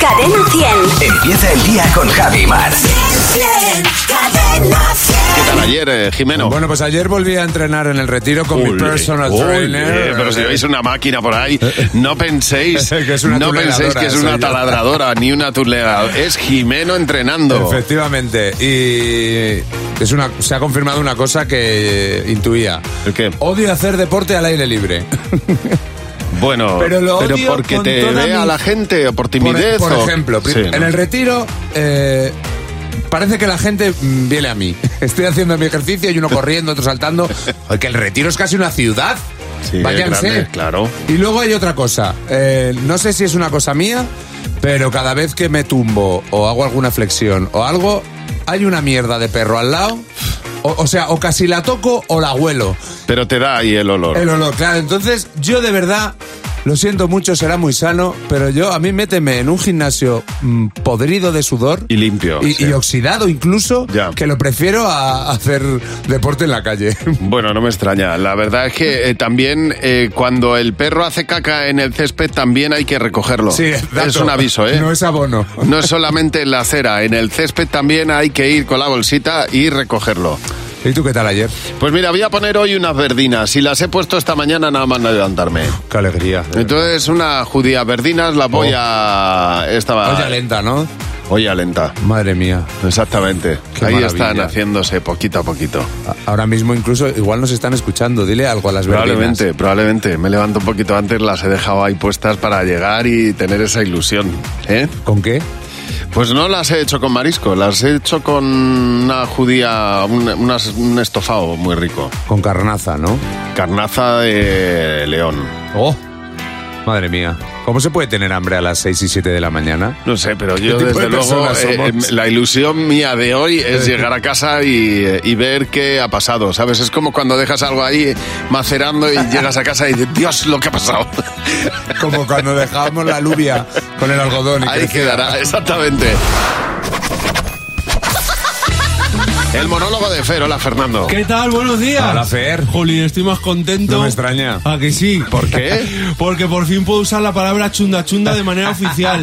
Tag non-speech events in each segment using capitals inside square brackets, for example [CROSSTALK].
Cadena 100. Empieza el día con Javi Mar. Cadena 100. ¿Qué tal ayer, eh, Jimeno? Bueno, pues ayer volví a entrenar en el retiro con mi Ole, personal ole, eh, trainer. pero si veis una máquina por ahí, no penséis, [LAUGHS] Que es una no penséis tuneladora, que es soy una yo. [LAUGHS] taladradora ni una tuneladora. Es Jimeno entrenando. Efectivamente. Y es una, se ha confirmado una cosa que intuía. ¿El qué? Odio hacer deporte al aire libre. Bueno, [LAUGHS] Pero lo odio porque con te toda vea mi- la gente o por Por, e- timidez. por o- ejemplo, Sí, prim- en ¿no? el retiro eh, parece que la gente mm, viene a mí. [LAUGHS] Estoy haciendo mi ejercicio y uno corriendo, [LAUGHS] otro saltando. Ay, que el retiro es casi una ciudad. Sí, es Váyanse. grande, claro. Y luego hay otra cosa. Eh, no sé si es una cosa mía, pero cada vez que me tumbo o hago alguna flexión o algo, hay una mierda de perro al lado. O, o sea, o casi la toco o la huelo. Pero te da ahí el olor. El olor, claro. Entonces, yo de verdad, lo siento mucho, será muy sano, pero yo, a mí méteme en un gimnasio mm, podrido de sudor. Y limpio, Y, sí. y oxidado incluso, Ya. que lo prefiero a hacer deporte en la calle. Bueno, no me extraña. La verdad es Mm. que eh, también eh, cuando el perro hace caca en el césped también hay que recogerlo. Sí, es dato. un aviso, ¿eh? No es abono. No es solamente en la acera, en el césped también hay que ir con la bolsita y recogerlo. ¿Y tú qué tal ayer? Pues mira, voy a poner hoy unas verdinas y las he puesto esta mañana nada más no levantarme. Qué alegría. Entonces, unas judías verdinas las voy Oh. a... Estaba... Olla lenta, ¿no? Voy a lenta. Madre mía. Exactamente. Qué Ahí maravilla. están haciéndose poquito a poquito. A- Ahora mismo incluso igual nos están escuchando. Dile algo a las Probablemente, probablemente. Me levanto un poquito antes, las he dejado ahí puestas para llegar y tener esa ilusión. ¿eh? verdinas. ¿Con qué? Pues no las he hecho con marisco, las he hecho con una judía, un, unas- un estofado muy rico. Con carnaza, ¿no? Carnaza de león. Oh. Madre mía. ¿Cómo se puede tener hambre a las 6 y 7 de la mañana? No sé, pero yo ¿Qué tipo desde de luego personas eh, somos? eh, la ilusión mía de hoy es llegar a casa y, eh, y ver qué ha pasado, ¿sabes? Es como cuando dejas algo ahí [LAUGHS] macerando y llegas a casa y dices, Dios, lo que ha pasado. Como cuando dejábamos la alubia con el algodón. Y Ahí crecía. quedará, exactamente. El monólogo de Fer, hola Fernando. ¿Qué tal? Buenos días. Hola, Fer. Jolín, estoy más contento. No me extraña. ¿A que sí? ¿Por qué? [LAUGHS] Porque por fin puedo usar la palabra chunda chunda de manera [LAUGHS] oficial.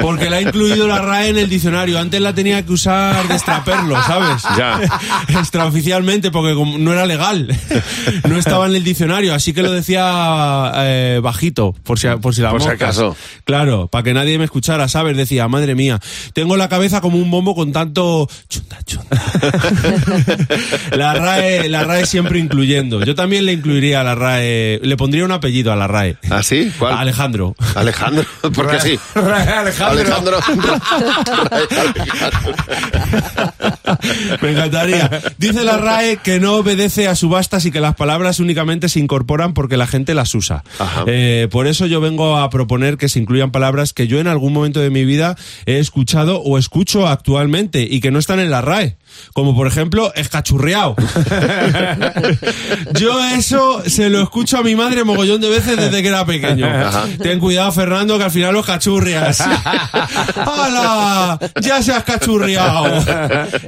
Porque la ha incluido la RAE en el diccionario. Antes la tenía que usar de extraperlo, [LAUGHS] ¿sabes? Ya. [LAUGHS] Extraoficialmente, porque como no era legal. [LAUGHS] No estaba en el diccionario, así que lo decía eh, bajito, por si, por si la Por si moscas. acaso. Claro, para que nadie me escuchara, ¿sabes? Decía, madre mía, tengo la cabeza como un bombo con tanto chunda, chunda. la, RAE, la RAE siempre incluyendo. Yo también le incluiría a la RAE, le pondría un apellido a la RAE. ¿Ah, sí? ¿Cuál? Alejandro. Alejandro, porque sí. Alejandro. Alejandro. [LAUGHS] Me encantaría. Dice la RAE que no obedece a subastas y que las palabras únicamente se incorporan porque la gente las usa. Ajá. Eh, por eso yo vengo a proponer que se incluyan palabras que yo en algún momento de mi vida he escuchado o escucho actualmente y que no están en la RAE. Como por ejemplo, escachurreado. yo eso se lo escucho a mi madre mogollón de veces desde que era pequeño. Ten cuidado, Fernando, que al final los cachurrias. ¡Hala! Ya se has cachurriado.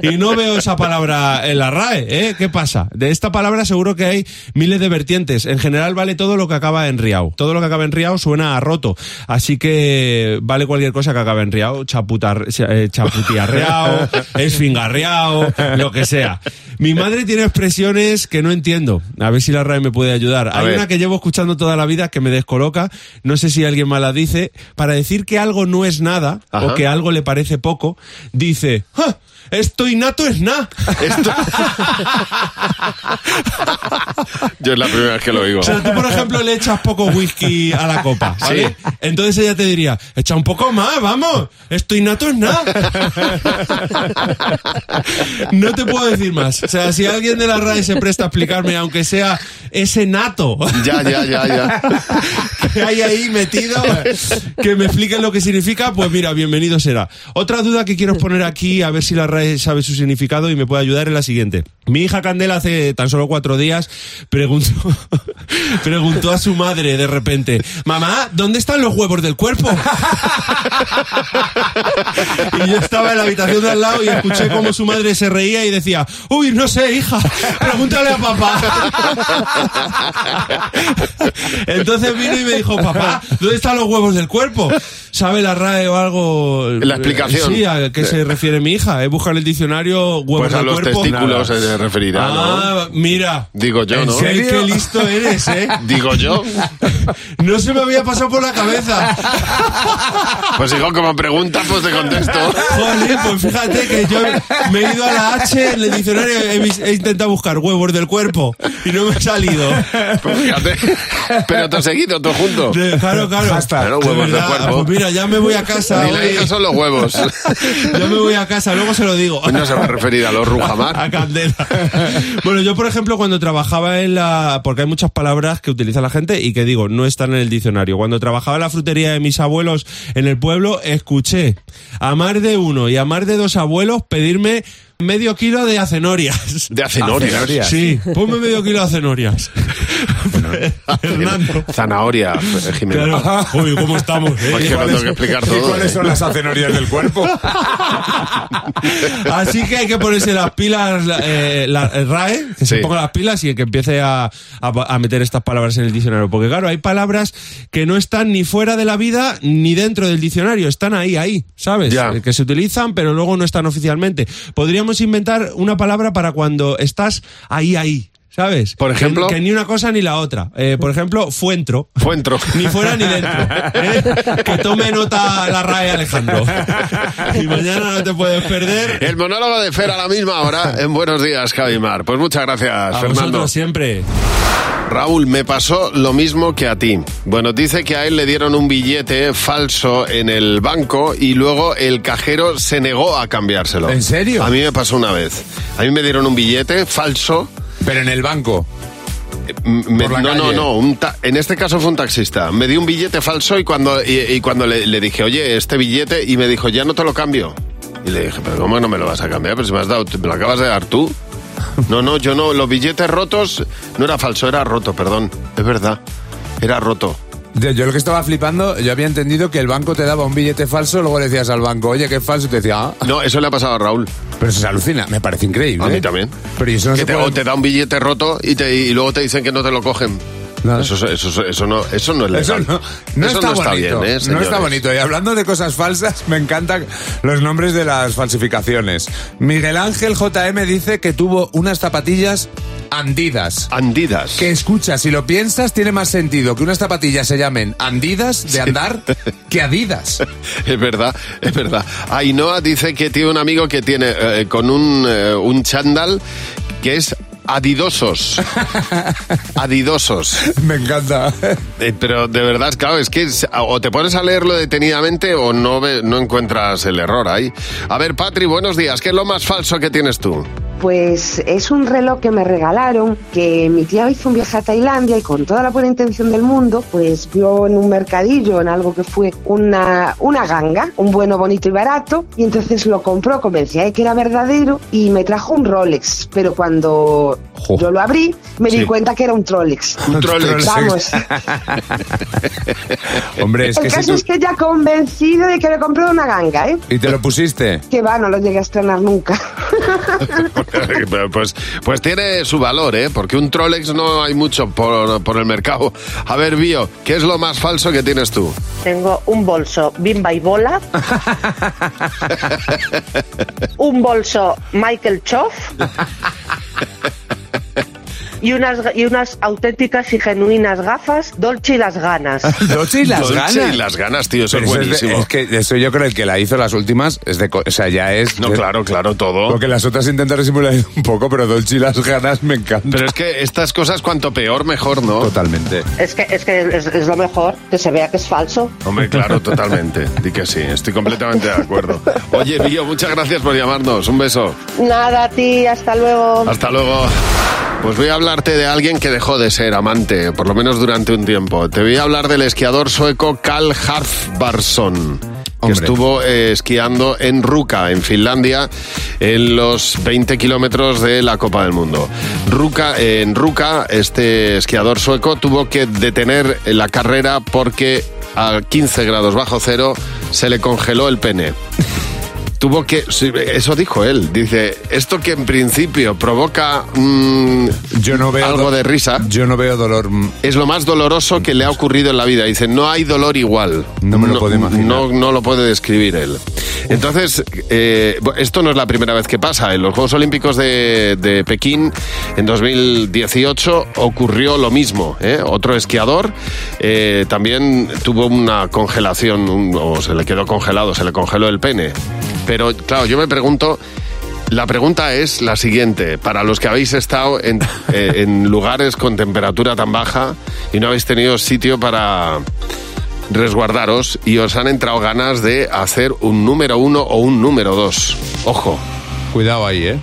Y no veo esa palabra en la RAE, ¿eh? ¿Qué pasa? De esta palabra seguro que hay miles de vertientes. En general vale todo lo que acaba en riao. Todo lo que acaba en riao suena a roto. Así que vale cualquier cosa que acabe en riao. Chaputar, eh, chaputiarreao, esfingarreao, lo que sea. Mi madre tiene expresiones que no entiendo. A ver si la RAE me puede ayudar. hay ver. una que llevo escuchando toda la vida que me descoloca. No sé si alguien más la dice. Para decir que algo no es nada Ajá. o que algo le parece poco, dice, "Ja, esto innato es nada. Esto- Yo es la primera vez que lo oigo. [LAUGHS] O sea, tú, por ejemplo, le echas poco whisky a la copa, ¿vale? Entonces ella te diría, echa un poco más, vamos, esto innato es nada. [LAUGHS] No te puedo decir más. O sea, si alguien de la RAE se presta a explicarme, aunque sea ese nato Ya, ya, ya, ya. que hay ahí metido que me expliquen lo que significa, pues mira, bienvenido será. Otra duda que quiero poner aquí, a ver si la RAE sabe su significado y me puede ayudar, es la siguiente. Mi hija Candela hace tan solo cuatro días preguntó, [LAUGHS] preguntó a su madre de repente, mamá, ¿dónde están los huevos del cuerpo? [LAUGHS] y yo estaba en la habitación de al lado y escuché cómo su madre se reía y decía, uy, no sé, hija, pregúntale a papá. Entonces vino y me dijo, papá, ¿dónde están los huevos del cuerpo? ¿Sabe la RAE o algo? La explicación. Sí, a qué se refiere mi hija. He buscado en el diccionario huevos Pues a del los cuerpo. testículos se referirá, ¿no? Ah, mira. Digo yo, ¿En ¿no? serio? Qué listo eres, ¿eh? [LAUGHS] Digo yo. [LAUGHS] No se me había pasado por la cabeza. Pues hijo, como preguntas, pues te contesto. Joder, pues fíjate que yo me he ido a la H en el diccionario, he, vis- he intentado buscar huevos del cuerpo y no me ha salido. Pues fíjate. [LAUGHS] Pero todo seguido, todo junto. De- claro, claro. Hashtag. Claro, huevos De del verdad, cuerpo. Pues mira, ya me voy a casa. Ni la hoy. hija son los huevos. [LAUGHS] Ya me voy a casa, luego se lo digo. No se va a referir a los A rujamar. Candela. Bueno, yo, por ejemplo, cuando trabajaba en la. Porque hay muchas palabras que utiliza la gente y que digo, no están en el diccionario. Cuando trabajaba en la frutería de mis abuelos en el pueblo, escuché a más de uno y a más de dos abuelos pedirme medio kilo de acenorias. De acenorias. Acenorias. Sí, ponme medio kilo de acenorias. Fernando. Zanahoria, eh, Jiménez. Claro. Uy, ¿cómo estamos? eh? Pues que lo tengo que explicar todo. ¿Y cuáles son las acenorias del cuerpo? [LAUGHS] Así que hay que ponerse las pilas, eh, la, el RAE, que se Sí. ponga las pilas y que empiece a, a- a meter estas palabras en el diccionario. Porque claro, hay palabras que no están ni fuera de la vida ni dentro del diccionario, están ahí, ahí, ¿sabes? Ya. Eh, Que se utilizan, pero luego no están oficialmente. Podríamos inventar una palabra para cuando estás ahí, ahí. ¿Sabes? Por Que- ejemplo. Que, ni una cosa ni la otra. Eh, por ejemplo, fuentro. Fuentro. [LAUGHS] Ni fuera ni dentro. [LAUGHS] ¿eh? Que tome nota la RAE, Alejandro. Y mañana no te puedes perder. El monólogo de Fer a la misma hora en Buenos Días, Javimar. Pues muchas gracias, A Fernando. vosotros siempre. Raúl, me pasó lo mismo que a ti. Bueno, dice que a él le dieron un billete falso en el banco y luego el cajero se negó a cambiárselo. ¿En serio? A mí me pasó una vez. A mí me dieron un billete falso. Pero en el banco. M- me- Por la no, no, calle. no, un ta- en este caso fue un taxista. Me dio un billete falso y cuando, y, y cuando le, le dije, oye, este billete, y me dijo, ya no te lo cambio. Y le dije, pero ¿cómo no me lo vas a cambiar? Pero si me has dado, me lo acabas de dar [LAUGHS] tú. No, no, yo no, los billetes rotos, no era falso, era roto, perdón, es verdad, era roto. Yo, yo lo que estaba flipando, yo había entendido que el banco te daba un billete falso, luego le decías al banco, oye, que es falso, y te decía, ah, No, eso le ha pasado a Raúl, pero eso se alucina, me parece increíble. a mí ¿eh? también. Pero y eso no Que se te- puede- O te da un billete roto y, te- y luego te dicen que no te lo cogen. Nada. Eso, eso, eso, eso no, eso no es Eso legal. no, no Eso está bonito. bien, ¿eh, no está señores? bonito. Y hablando de cosas falsas, me encantan los nombres de las falsificaciones. Miguel Ángel JM dice que tuvo unas zapatillas andidas. Andidas. Que escucha, si lo piensas, tiene más sentido que unas zapatillas se llamen andidas de andar [LAUGHS] que adidas. Es verdad, es verdad. Ainhoa dice que tiene un amigo que tiene eh, con un, eh, un chándal que es adidosos. adidosos. Me encanta. Eh, pero de verdad, claro, es que es- o te pones a leerlo detenidamente o no, ve- no encuentras el error ahí. A ver, Patri, buenos días. ¿Qué es lo más falso que tienes tú? Pues es un reloj que me regalaron, que mi tía hizo un viaje a Tailandia y con toda la buena intención del mundo, pues vio en un mercadillo, en algo que fue una, una ganga, un bueno, bonito y barato, y entonces lo compró, convencía de que era verdadero y me trajo un Rolex, pero cuando Jo. yo lo abrí me Sí. di cuenta que era un Rolex. Un Rolex. Vamos, [LAUGHS] Hombre, es el que si caso tú... es que ya convencido de que le compré una ganga, ¿eh? Y te lo pusiste. Que va, no lo llegué a estrenar nunca. Pero, pues, pues tiene su valor, ¿eh? Porque un Trolex no hay mucho por, por el mercado. A ver, Bio, ¿qué es lo más falso que tienes tú? Tengo un bolso bimba y [LAUGHS] bola, un bolso Michael Choff y unas, y unas auténticas y genuinas gafas Dolce y las ganas. [LAUGHS] Dolce y las Dolce ganas. y las ganas, tío, eso Pero es eso es de- buenísimo. es que eso yo creo que el que la hizo las últimas es de... co- O sea, ya es... No, de- claro, claro, todo. Porque las otras intentaré simular [LAUGHS] un poco, pero Dolce y las ganas me encantan. Pero es que estas cosas, cuanto peor, mejor, ¿no? Totalmente. Es que, es, que es, es lo mejor que se vea que es falso. Hombre, claro, totalmente. Di que sí, estoy completamente de acuerdo. Oye, Bio, muchas gracias por llamarnos. Un beso. Nada, ti, hasta luego. Hasta luego. Pues voy a hablarte de alguien que dejó de ser amante, por lo menos durante un tiempo. Te voy a hablar del esquiador sueco Karl Hafvarsson. Hombre. que estuvo eh, esquiando en Ruka, en Finlandia, en los 20 kilómetros de la Copa del Mundo. Ruka, en Ruka, este esquiador sueco tuvo que detener la carrera porque a 15 grados bajo cero se le congeló el pene. Tuvo que. sí, Eso dijo él. Dice: Esto que en principio provoca mm, Yo no veo algo do- de risa Yo no veo dolor. mm, es lo más doloroso que le ha ocurrido en la vida. Dice, no hay dolor igual. No me lo puedo imaginar. No, no lo puede describir él. Entonces, eh, bu- esto no es la primera vez que pasa. En los Juegos Olímpicos de, de Pekín, en 2018, ocurrió lo mismo. ¿eh? Otro esquiador eh, también tuvo una congelación, un- o se le quedó congelado, se le congeló el pene. Pero, claro, yo me pregunto... La pregunta es la siguiente, para los que habéis estado en, eh, en lugares con temperatura tan baja y no habéis tenido sitio para resguardaros y os han entrado ganas de hacer un número uno o un número dos. Ojo, Cuidado ahí, ¿eh?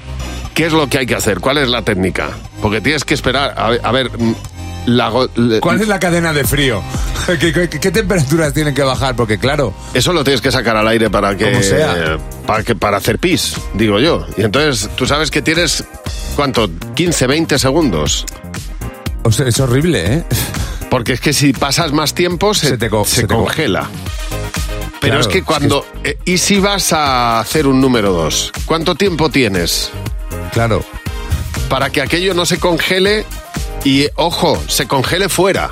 ¿qué es lo que hay que hacer? ¿Cuál es la técnica? Porque tienes que esperar, a, ver- a ver, mm, la, go- le- mm, ¿Cuál es la cadena de frío? [LAUGHS] ¿Qué, qué- qué temperaturas tienen que bajar? Porque claro, Eso lo tienes que sacar al aire para que, Como sea. para que para hacer pis, digo yo. Y entonces tú sabes que tienes cuánto, 15, 20 segundos. o sea, es horrible, ¿eh? Porque es que si pasas más tiempo se, Se te co- se se te co- congela. Pero Claro, es que es cuando... eh, ¿Y si vas a hacer un número 2? ¿Cuánto tiempo tienes Claro. para que aquello no se congele y, ojo, se congele [LAUGHS] fuera?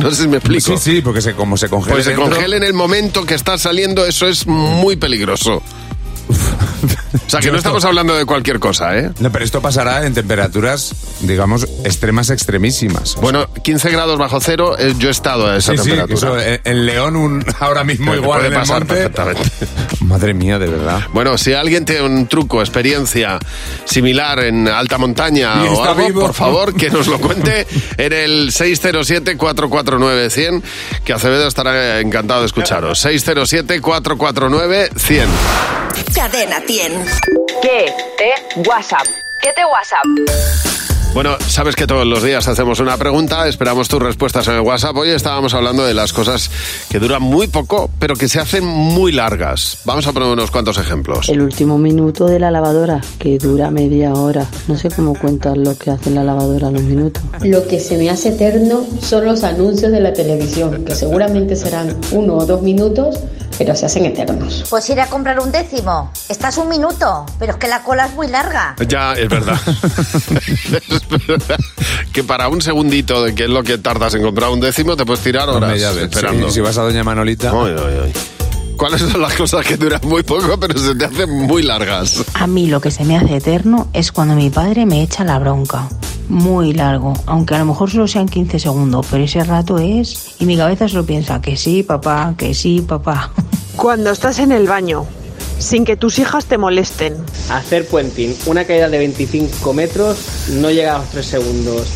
no sé si me explico. Sí, sí, porque se, como se congela. Pues se dentro- congele en el momento que está saliendo, eso es muy peligroso. O sea, que Yo no esto- estamos hablando de cualquier cosa, ¿eh? No, pero esto pasará en temperaturas, digamos, extremas, extremísimas. Bueno, 15 grados bajo cero, eh, yo he estado a esa sí, sí, temperatura. eso, eh, en León un, [LAUGHS] ahora mismo Pero que igual puede en el pasar monte. perfectamente. [LAUGHS] Madre mía, de verdad. Ah. Bueno, si alguien tiene un truco, experiencia similar en alta montaña Y o está algo, vivo. por favor, que nos lo [LAUGHS] cuente en el 607-449-100, que Acevedo estará encantado de escucharos. 607-449-100. Cadena 100. ¿Qué te WhatsApp? ¿Qué te WhatsApp? Bueno, sabes que todos los días hacemos una pregunta, esperamos tus respuestas en el WhatsApp. Hoy estábamos hablando de las cosas que duran muy poco, pero que se hacen muy largas. Vamos a poner unos cuantos ejemplos. El último minuto de la lavadora, que dura media hora. No sé cómo cuentan lo que hace la lavadora los minutos. Lo que se me hace eterno son los anuncios de la televisión, que seguramente serán uno o dos minutos, pero se hacen eternos. Pues ir a comprar un décimo. Estás un minuto, pero es que la cola es muy larga. Ya, es verdad. es verdad. [LAUGHS] Que para un segundito de que es lo que tardas en comprar un décimo, te puedes tirar Hombre, horas ya ves. esperando. Sí, si vas a Doña Manolita. Ay, ay, ay. ¿Cuáles son las cosas que duran muy poco, pero se te hacen muy largas? A mí lo que se me hace eterno es cuando mi padre me echa la bronca. Muy largo, aunque a lo mejor solo sean 15 segundos, pero ese rato es... Y mi cabeza solo piensa que sí, papá, que sí, papá. Cuando estás en el baño, sin que tus hijas te molesten. Hacer puenting, una caída de 25 metros, no llega a los 3 segundos.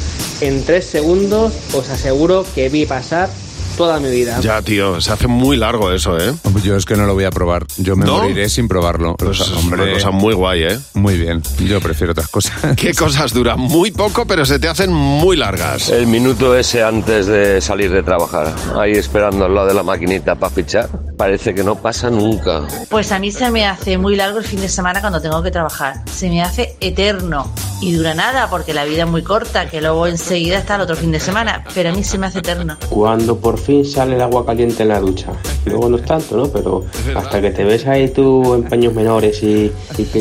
En 3 segundos os aseguro que vi pasar toda mi vida. Ya, tío, se hace muy largo eso, ¿eh? Hombre, Yo es que no lo voy a probar. Yo me ¿No? moriré sin probarlo. Pues O sea, es una cosa muy guay, ¿eh? Muy bien. Yo prefiero otras cosas. [LAUGHS] ¿Qué cosas duran muy poco, pero se te hacen muy largas? El minuto ese antes de salir de trabajar, ahí esperando al lado de la maquinita para fichar, parece que no pasa nunca. [LAUGHS] Pues a mí se me hace muy largo el fin de semana cuando tengo que trabajar. Se me hace eterno. Y dura nada porque la vida es muy corta, que luego enseguida está el otro fin de semana. Pero a mí se me hace eterno. Cuando por fin sale el agua caliente en la ducha. Luego no es tanto, ¿no? Pero hasta que te ves ahí tú en paños menores y, y que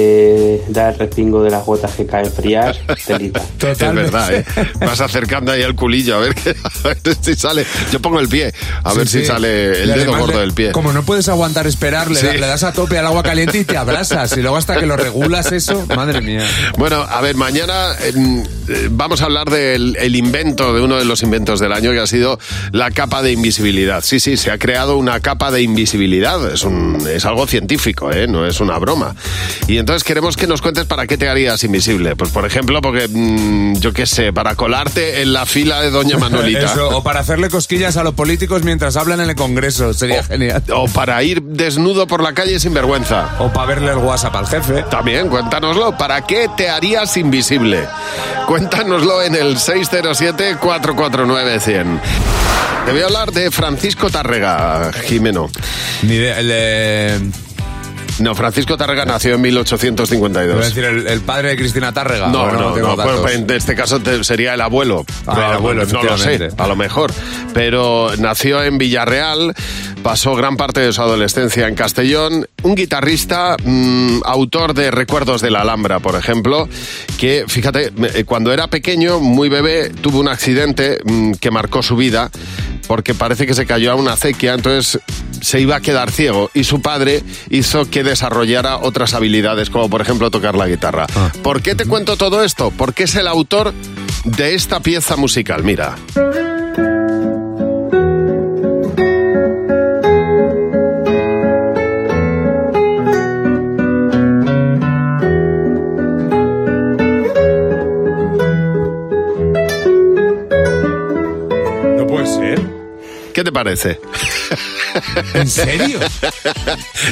te da el respingo de las gotas que caen [LAUGHS] frías, telita. Es verdad, ¿eh? Vas acercando ahí al culillo a ver, qué- a ver si sale. Yo pongo el pie, [LAUGHS] a ver si sale el dedo gordo del pie. Como no puedes aguantar esperar, le, Sí. da- le das a tope al agua caliente y te abrazas. Y luego hasta que lo [LAUGHS] regulas eso, madre mía. Bueno, a ver, mañana eh, eh, vamos a hablar del el invento, de uno de los inventos del año, que ha sido la capa de invisibilidad. Sí, sí, se ha creado una capa de invisibilidad. Es, un- es algo científico, ¿eh? no es una broma. Y entonces queremos que nos cuentes para qué te harías invisible. Pues, por ejemplo, porque, mm, yo qué sé, para colarte en la fila de [LAUGHS] Doña Manolita. Eso, o para hacerle cosquillas a los políticos mientras hablan en el Congreso, sería genial. O para ir desnudo por la calle sin vergüenza. O para verle el WhatsApp al jefe. También, cuéntanoslo, ¿para qué te harías Mesías Invisible. Cuéntanoslo en el 607-449-100. Te voy a hablar de Francisco Tarrega, Jimeno. Ni idea, el, eh, No, Francisco Tarrega nació en te voy a 1852. decir, el, el padre de Cristina Tárrega. No, ¿o no, no, tengo pues, datos? en este caso te- sería el abuelo. Ah, Pero el abuelo, no lo sé, efectivamente. Pues, a lo mejor. Pero nació en Villarreal, pasó gran parte de su adolescencia en Castellón, un guitarrista, mm, autor de Recuerdos de la Alhambra, por ejemplo, que, fíjate, me- eh, cuando era pequeño, muy bebé, tuvo un accidente mm, que marcó su vida porque parece que se cayó a una acequia, entonces se iba a quedar ciego y su padre hizo que desarrollara otras habilidades, como por ejemplo tocar la guitarra. ¿Por qué te cuento todo esto? Porque es el autor de esta pieza musical, mira. No puede ser. ¿Qué te parece? ¿En serio?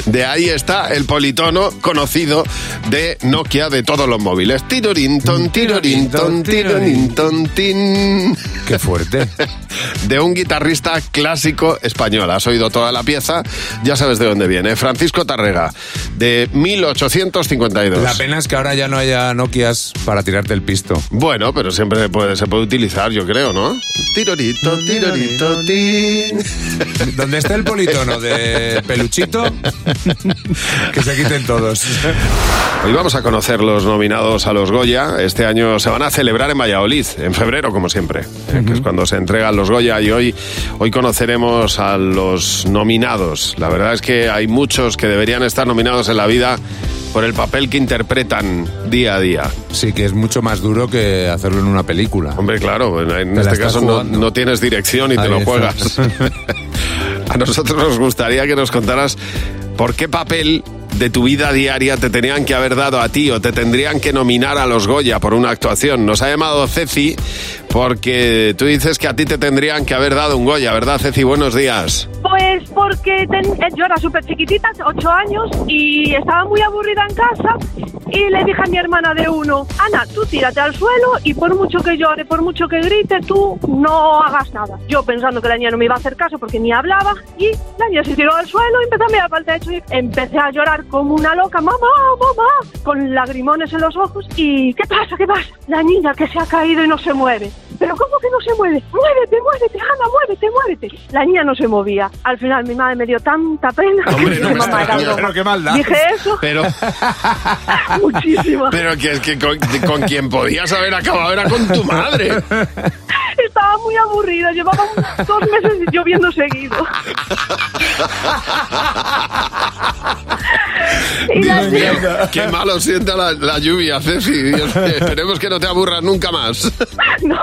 De ahí está el politono conocido de Nokia de todos los móviles. Tirorinton, tirorinton, tirorinton, tin. Qué fuerte. De un guitarrista clásico español. Has oído toda la pieza, ya sabes de dónde viene. Francisco Tarrega, de 1852. La pena es que ahora ya no haya Nokias para tirarte el pisto. Bueno, pero siempre se puede, se puede utilizar, yo creo, ¿no? Tirorito, tirorito, tin. Donde esté el politono de [LAUGHS] peluchito, que se quiten todos. Hoy vamos a conocer los nominados a los Goya. Este año se van a celebrar en Valladolid, en febrero, como siempre, eh, que es cuando se entregan los Goya. Y hoy, hoy conoceremos a los nominados. La verdad es que hay muchos que deberían estar nominados en la vida por el papel que interpretan día a día. Sí, que es mucho más duro que hacerlo en una película. Hombre, claro, en, en Te la este estás caso no, jugando. no tienes dirección y te Ahí lo está. juegas. A nosotros nos gustaría que nos contaras por qué papel de tu vida diaria te tenían que haber dado a ti o te tendrían que nominar a los Goya por una actuación. Nos ha llamado Ceci porque tú dices que a ti te tendrían que haber dado un Goya, ¿verdad, Ceci? Buenos días. Pues porque ten- eh, yo era súper chiquitita, ocho años, y estaba muy aburrida en casa y le dije a mi hermana de uno, Ana, tú tírate al suelo y por mucho que llore, por mucho que grite, tú no hagas nada. Yo pensando que la niña no me iba a hacer caso porque ni hablaba y la niña se tiró al suelo, empezó a mirar para el techo y empecé a llorar como una loca, mamá, mamá, con lagrimones en los ojos y ¿qué pasa? ¿Qué pasa? La niña que se ha caído y no se mueve. ¿Pero cómo que no se mueve? Muévete, muévete, Ana, muévete, muévete. La niña no se movía. Al final mi madre me dio tanta pena. que mi mamá era broma. Pero qué maldad. Dije eso. Pero, Muchísimo. pero que, que con, con quien podías haber acabado era con tu madre. [LAUGHS] Estaba muy aburrida, llevaba un- dos meses lloviendo seguido. Y la Dios niña- mío, qué malo sienta la, la lluvia, Ceci. Dios mío, esperemos que no te aburras nunca más. [LAUGHS] No.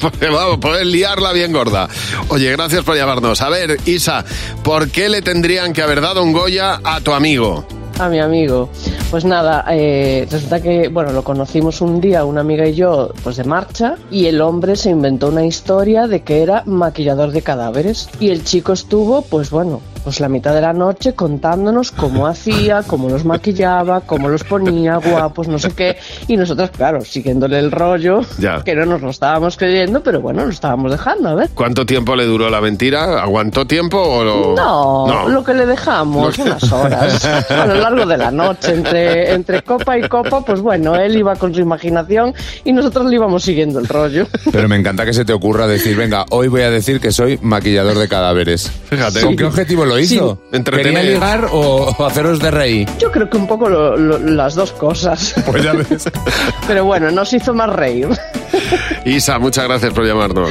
Porque vamos, puedes liarla bien gorda. Oye, gracias por llamarnos. A ver, Isa, ¿por qué le tendrían que haber dado un Goya a tu amigo? A mi amigo. Pues nada, eh, resulta que, bueno, lo conocimos un día, una amiga y yo, pues de marcha, y el hombre se inventó una historia de que era maquillador de cadáveres. Y el chico estuvo, pues bueno, pues la mitad de la noche contándonos cómo hacía, cómo los maquillaba, cómo los ponía, guapos, no sé qué. Y nosotros, claro, siguiéndole el rollo, Ya. que no nos lo estábamos creyendo, pero bueno, lo estábamos dejando, a ver. ¿Cuánto tiempo le duró la mentira? ¿Aguantó tiempo o lo.? No, lo que le Lo dejamos, que- unas horas, a lo largo de la noche, entre, entre copa y copa, pues bueno, él iba con su imaginación y nosotros le íbamos siguiendo el rollo. Pero me encanta que se te ocurra decir, venga, hoy voy a decir que soy maquillador de cadáveres. Fíjate. ¿Con qué objetivo lo hizo? Sí. Entretener. ¿Quería ligar o, o haceros de reír? Yo creo que un poco lo- lo- las dos cosas. Pues ya ves. [LAUGHS] Pero bueno, nos hizo más reír. Isa, muchas gracias por llamarnos.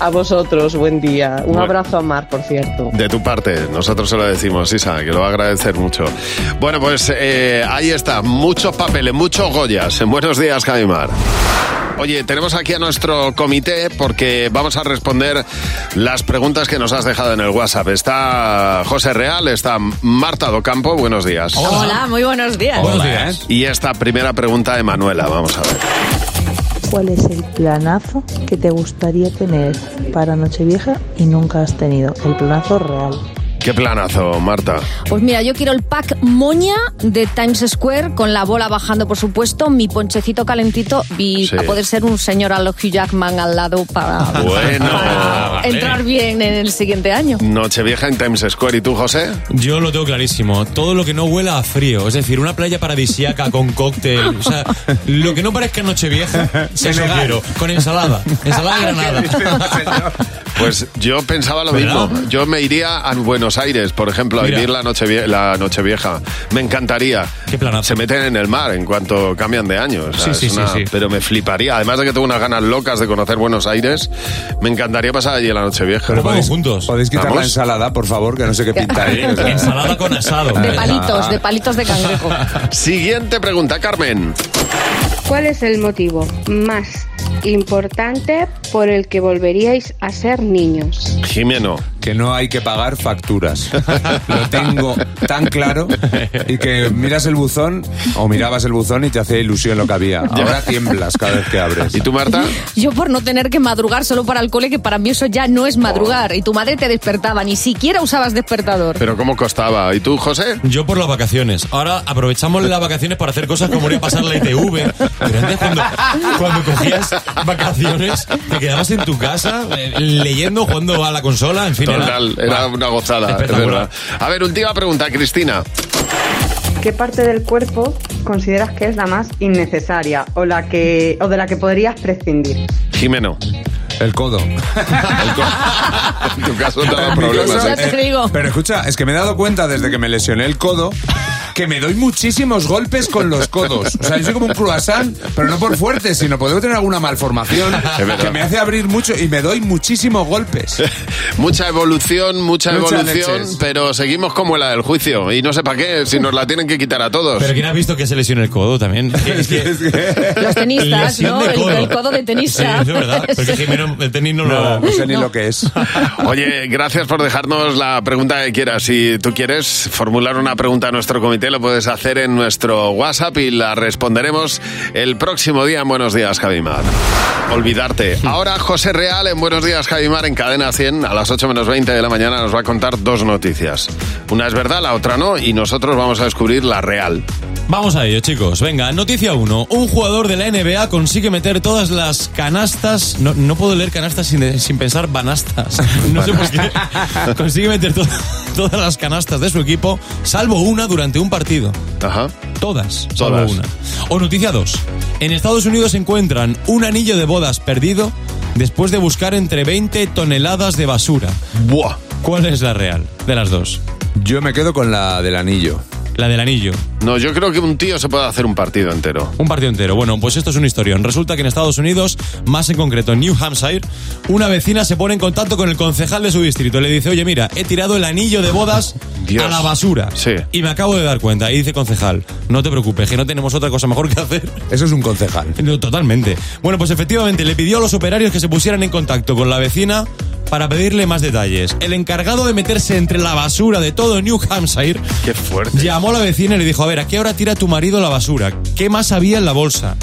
A vosotros, buen día. Un Bueno. abrazo a Mar, por cierto. De tu parte, nosotros se lo decimos, Isa, que lo va a agradecer mucho. Bueno, pues eh, ahí está, muchos papeles, muchos Goyas. En Buenos días, Javimar. Oye, tenemos aquí a nuestro comité porque vamos a responder las preguntas que nos has dejado en el WhatsApp. Está José Real, está Marta Docampo, buenos días. Hola, muy buenos días. Y esta primera pregunta de Manuela, vamos a ver. ¿Cuál es el planazo que te gustaría tener para Nochevieja y nunca has tenido? El planazo real. Qué planazo, Marta. Pues mira, yo quiero el pack moña de Times Square con la bola bajando, por supuesto, mi ponchecito calentito y Sí. a poder ser un señor a lo Hugh Jackman al lado para, Bueno, para vale. entrar bien en el siguiente año. Nochevieja en Times Square. ¿Y tú, José? Yo lo tengo clarísimo. Todo lo que no huela a frío, es decir, una playa paradisiaca con cóctel, o sea, lo que no parezca Nochevieja, se lo Senegal. quiero. Con ensalada, ensalada ¿Qué granada. Pues yo pensaba lo ¿Verdad? mismo. Yo me iría a Buenos Aires, por ejemplo, a Mira. vivir la noche, vie- la noche vieja. Me encantaría. Se meten en el mar en cuanto cambian de año. o sea, Sí, sí, es sí, sí. Pero me fliparía. Además de que tengo unas ganas locas de conocer Buenos Aires, me encantaría pasar allí la noche vieja. Pero podéis- juntos. Podéis quitar Vamos. la ensalada, por favor, que no sé qué pintáis. [LAUGHS] ensalada con asado. De palitos, de palitos de cangrejo. [LAUGHS] Siguiente pregunta, Carmen. ¿Cuál es el motivo más importante por el que volveríais a ser niños? Jimeno. Que no hay que pagar facturas. [LAUGHS] Lo tengo tan claro y que miras el buzón o mirabas el buzón y te hacía ilusión lo que había. Ahora tiemblas cada vez que abres. ¿Y tú, Marta? Yo por no tener que madrugar solo para el cole, que para mí eso ya no es madrugar. Y tu madre te despertaba, ni siquiera usabas despertador. [LAUGHS] Pero ¿cómo costaba? ¿Y tú, José? Yo por las vacaciones. Ahora aprovechamos las vacaciones para hacer cosas como ir a pasar la ITV. Pero antes cuando, cuando cogías vacaciones, te quedabas en tu casa eh, leyendo, jugando a la consola, Ah, en fin. Total, era Buah. una gozada. de Espectacular. verdad. A ver, última pregunta, Cristina. ¿Qué parte del cuerpo consideras que es la más innecesaria o la que o de la que podrías prescindir? Jimeno. El codo. [LAUGHS] En tu caso te da En mi problemas. caso, ¿eh? eh, [LAUGHS] Pero escucha, es que me he dado cuenta desde que me lesioné el codo que me doy muchísimos golpes con los codos. O sea, yo soy como un croissant, pero no por fuerte, sino podemos tener alguna malformación verdad. que me hace abrir mucho y me doy muchísimos golpes. [LAUGHS] Mucha evolución, mucha Muchas evolución, leches. pero seguimos como la del juicio. Y no sé para qué, si nos la tienen que quitar a todos. Pero ¿quién ha visto que se lesiona el codo también? Es que- [LAUGHS] [LAUGHS] Los tenistas, Lesión ¿no? de El- codo. El, codo de Sí, tenista. es verdad. [LAUGHS] Porque Jimeno, el tenis no, lo... no sé ni lo que es. [LAUGHS] Oye, gracias por dejarnos la pregunta que quieras. Si tú quieres formular una pregunta a nuestro comité, lo puedes hacer en nuestro WhatsApp y la responderemos el próximo día en Buenos Días, Javimar. Olvidarte. Ahora José Real en Buenos Días, Javimar, en Cadena 100, a las 8 menos 20 de la mañana nos va a contar dos noticias. Una es verdad, la otra no, y nosotros vamos a descubrir la real. Vamos a ello, chicos. Venga, noticia 1. Un jugador de la NBA consigue meter todas las canastas. No, no puedo leer canastas sin, sin pensar [LAUGHS] banastas. No sé por qué. Consigue meter to- [LAUGHS] todas las canastas de su equipo, salvo una durante un partido. Ajá. Todas, salvo Todas. una. O noticia 2. En Estados Unidos encuentran un anillo de bodas perdido después de buscar entre 20 toneladas de basura. Buah. ¿Cuál es la real de las dos? Yo me quedo con la del anillo. La del anillo. No, yo creo que un tío se puede hacer un partido entero. Un partido entero. Bueno, pues esto es un historión. Resulta que en Estados Unidos, más en concreto en New Hampshire, una vecina se pone en contacto con el concejal de su distrito. Le dice, oye, mira, he tirado el anillo de bodas Dios. a la basura. Sí. Y me acabo de dar cuenta. Y dice, concejal, no te preocupes, que no tenemos otra cosa mejor que hacer. Eso es un concejal. No, totalmente. Bueno, pues efectivamente, le pidió a los operarios que se pusieran en contacto con la vecina para pedirle más detalles. El encargado de meterse entre la basura de todo New Hampshire Qué fuerte. Llamó a la vecina y le dijo, a ver, ¿a qué hora tira tu marido la basura? ¿Qué más había en la bolsa?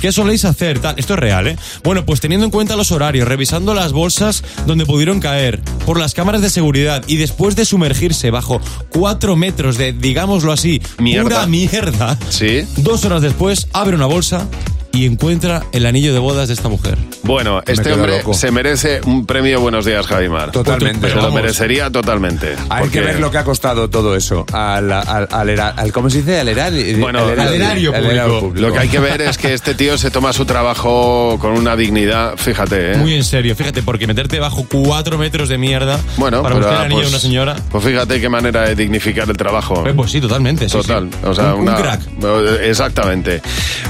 ¿Qué soléis hacer? Tal. Esto es real, ¿eh? Bueno, pues teniendo en cuenta los horarios, revisando las bolsas donde pudieron caer, por las cámaras de seguridad y después de sumergirse bajo cuatro metros de, digámoslo así, Mierda. pura mierda, Sí. dos horas después abre una bolsa y encuentra el anillo de bodas de esta mujer. Bueno, este quedo hombre loco. se merece un premio Buenos Días, Javimar. Totalmente. Se lo Vamos. merecería totalmente. Hay porque- que ver lo que ha costado todo eso. Al, al, al era- al- ¿Cómo se dice? Al, erario- Bueno, al erario- al erario Lo que hay que ver es que este tío se toma su trabajo con una dignidad, fíjate, ¿eh? Muy en serio, fíjate, porque meterte bajo cuatro metros de mierda bueno, para pero buscar el ah, anillo de pues- una señora. Pues fíjate qué manera de dignificar el trabajo. Pues, pues sí, totalmente. sí, Total, sí. o sea, Un- un una... crack. Exactamente.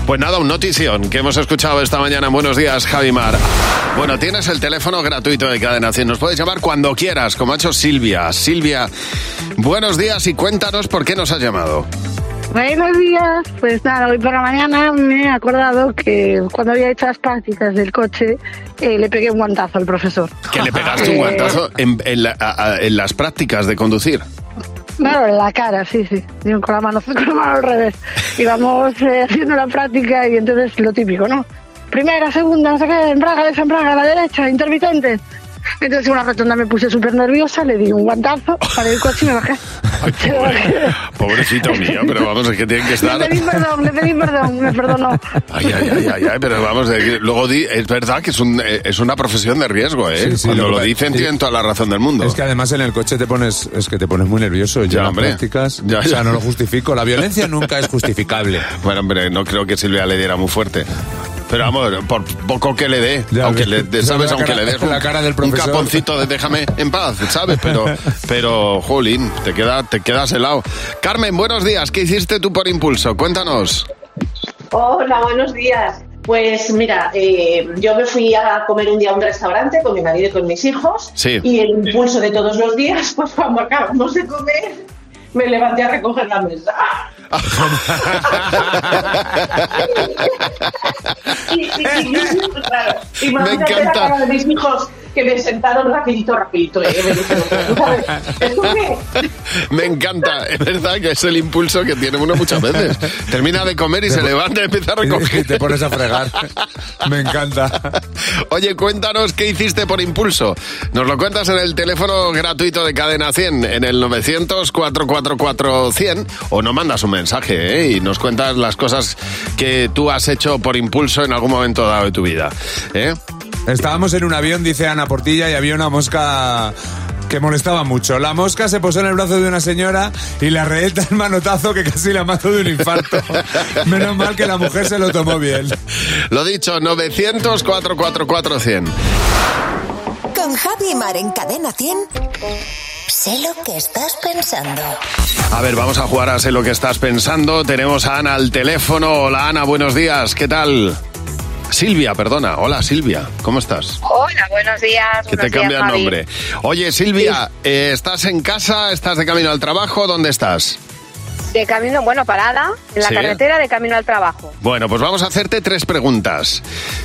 Pues nada, un notición que hemos escuchado esta mañana. Buenos días, Javimar. Bueno, tienes el teléfono gratuito de Cadena 100. Nos puedes llamar cuando quieras, como ha hecho Silvia. Silvia, buenos días y cuéntanos por qué nos has llamado. Buenos días, pues nada, hoy por la mañana me he acordado que cuando había hecho las prácticas del coche eh, le pegué un guantazo al profesor. Que le [LAUGHS] pegaste un Eh. guantazo en, en la- a- a- en las prácticas de conducir. Claro, en la cara, sí, sí, Digo, con la mano, [LAUGHS] con la mano al revés. Íbamos eh, haciendo la práctica y entonces lo típico, ¿no? Primera, segunda, no sé qué, embraga, desembraga, a la derecha, intermitente. Entonces en una rotonda me puse súper nerviosa, le di un guantazo, paré el coche y me [LAUGHS] bajé. Pobrecito mío, pero vamos, es que tienen que estar. Le pedí perdón, le pedí perdón, me perdonó. Ay, ay, ay, ay, ay, pero vamos, eh, luego di- es verdad que es, un, eh, es una profesión de riesgo, ¿eh? Sí, sí, Cuando lo lo que- dicen sí. tienen toda la razón del mundo. Es que además en el coche te pones, es que te pones muy nervioso. Yo Ya, en las hombre. prácticas, Ya, o sea, ya. no lo justifico. La violencia nunca es justificable. Bueno, hombre, no creo que Silvia le diera muy fuerte. Pero vamos, por poco que le dé, Ya, aunque ves. le dé, Ya, ¿sabes? la aunque cara- le des [LAUGHS] la cara del profesor. un caponcito de déjame en paz, ¿sabes? Pero, pero, jolín, te, queda, te quedas helado. Carmen, buenos días. ¿Qué hiciste tú por impulso? Cuéntanos. Hola, buenos días. Pues mira, eh, yo me fui a comer un día a un restaurante con mi marido y con mis hijos. [LAUGHS] Sí. Y el impulso de todos los días, pues cuando acabamos de comer, me levanté a recoger la mesa. y, y- y- y- claro, y Me imagínate la encanta. cara de mis hijos que me sentaron rapidito, rapidito. eh, me dijeron, "¿Sabes? ¿Esto qué? [LAUGHS] Me encanta, es verdad que es el impulso que tiene uno muchas veces. Termina de comer y se levanta y empieza a recoger. Y te pones a fregar. Me encanta. [LAUGHS] Oye, cuéntanos qué hiciste por impulso. Nos lo cuentas en el teléfono gratuito de Cadena 100, en el 900-444-100, o no mandas un mensaje ¿eh? y nos cuentas las cosas que tú has hecho por impulso en algún momento dado de tu vida. ¿eh? Estábamos en un avión, dice Ana Portilla, y había una mosca que molestaba mucho. La mosca se posó en el brazo de una señora y la reelta el manotazo que casi la mató de un [LAUGHS] infarto. Menos mal que la mujer se lo tomó bien. Lo dicho, 900-444-100. Con Javi y Mar en Cadena 100. Sé lo que estás pensando. A ver, vamos a jugar a sé lo que estás pensando. Tenemos a Ana al teléfono. Hola Ana, buenos días. ¿Qué tal? Silvia, perdona. Hola Silvia, ¿cómo estás? Hola, buenos días. Que te buenos días, cambia el Javi. nombre. Oye Silvia, eh, ¿estás en casa? ¿Estás de camino al trabajo? ¿Dónde estás? De camino, bueno, parada, en la Sí. carretera de camino al trabajo. Bueno, pues vamos a hacerte tres preguntas.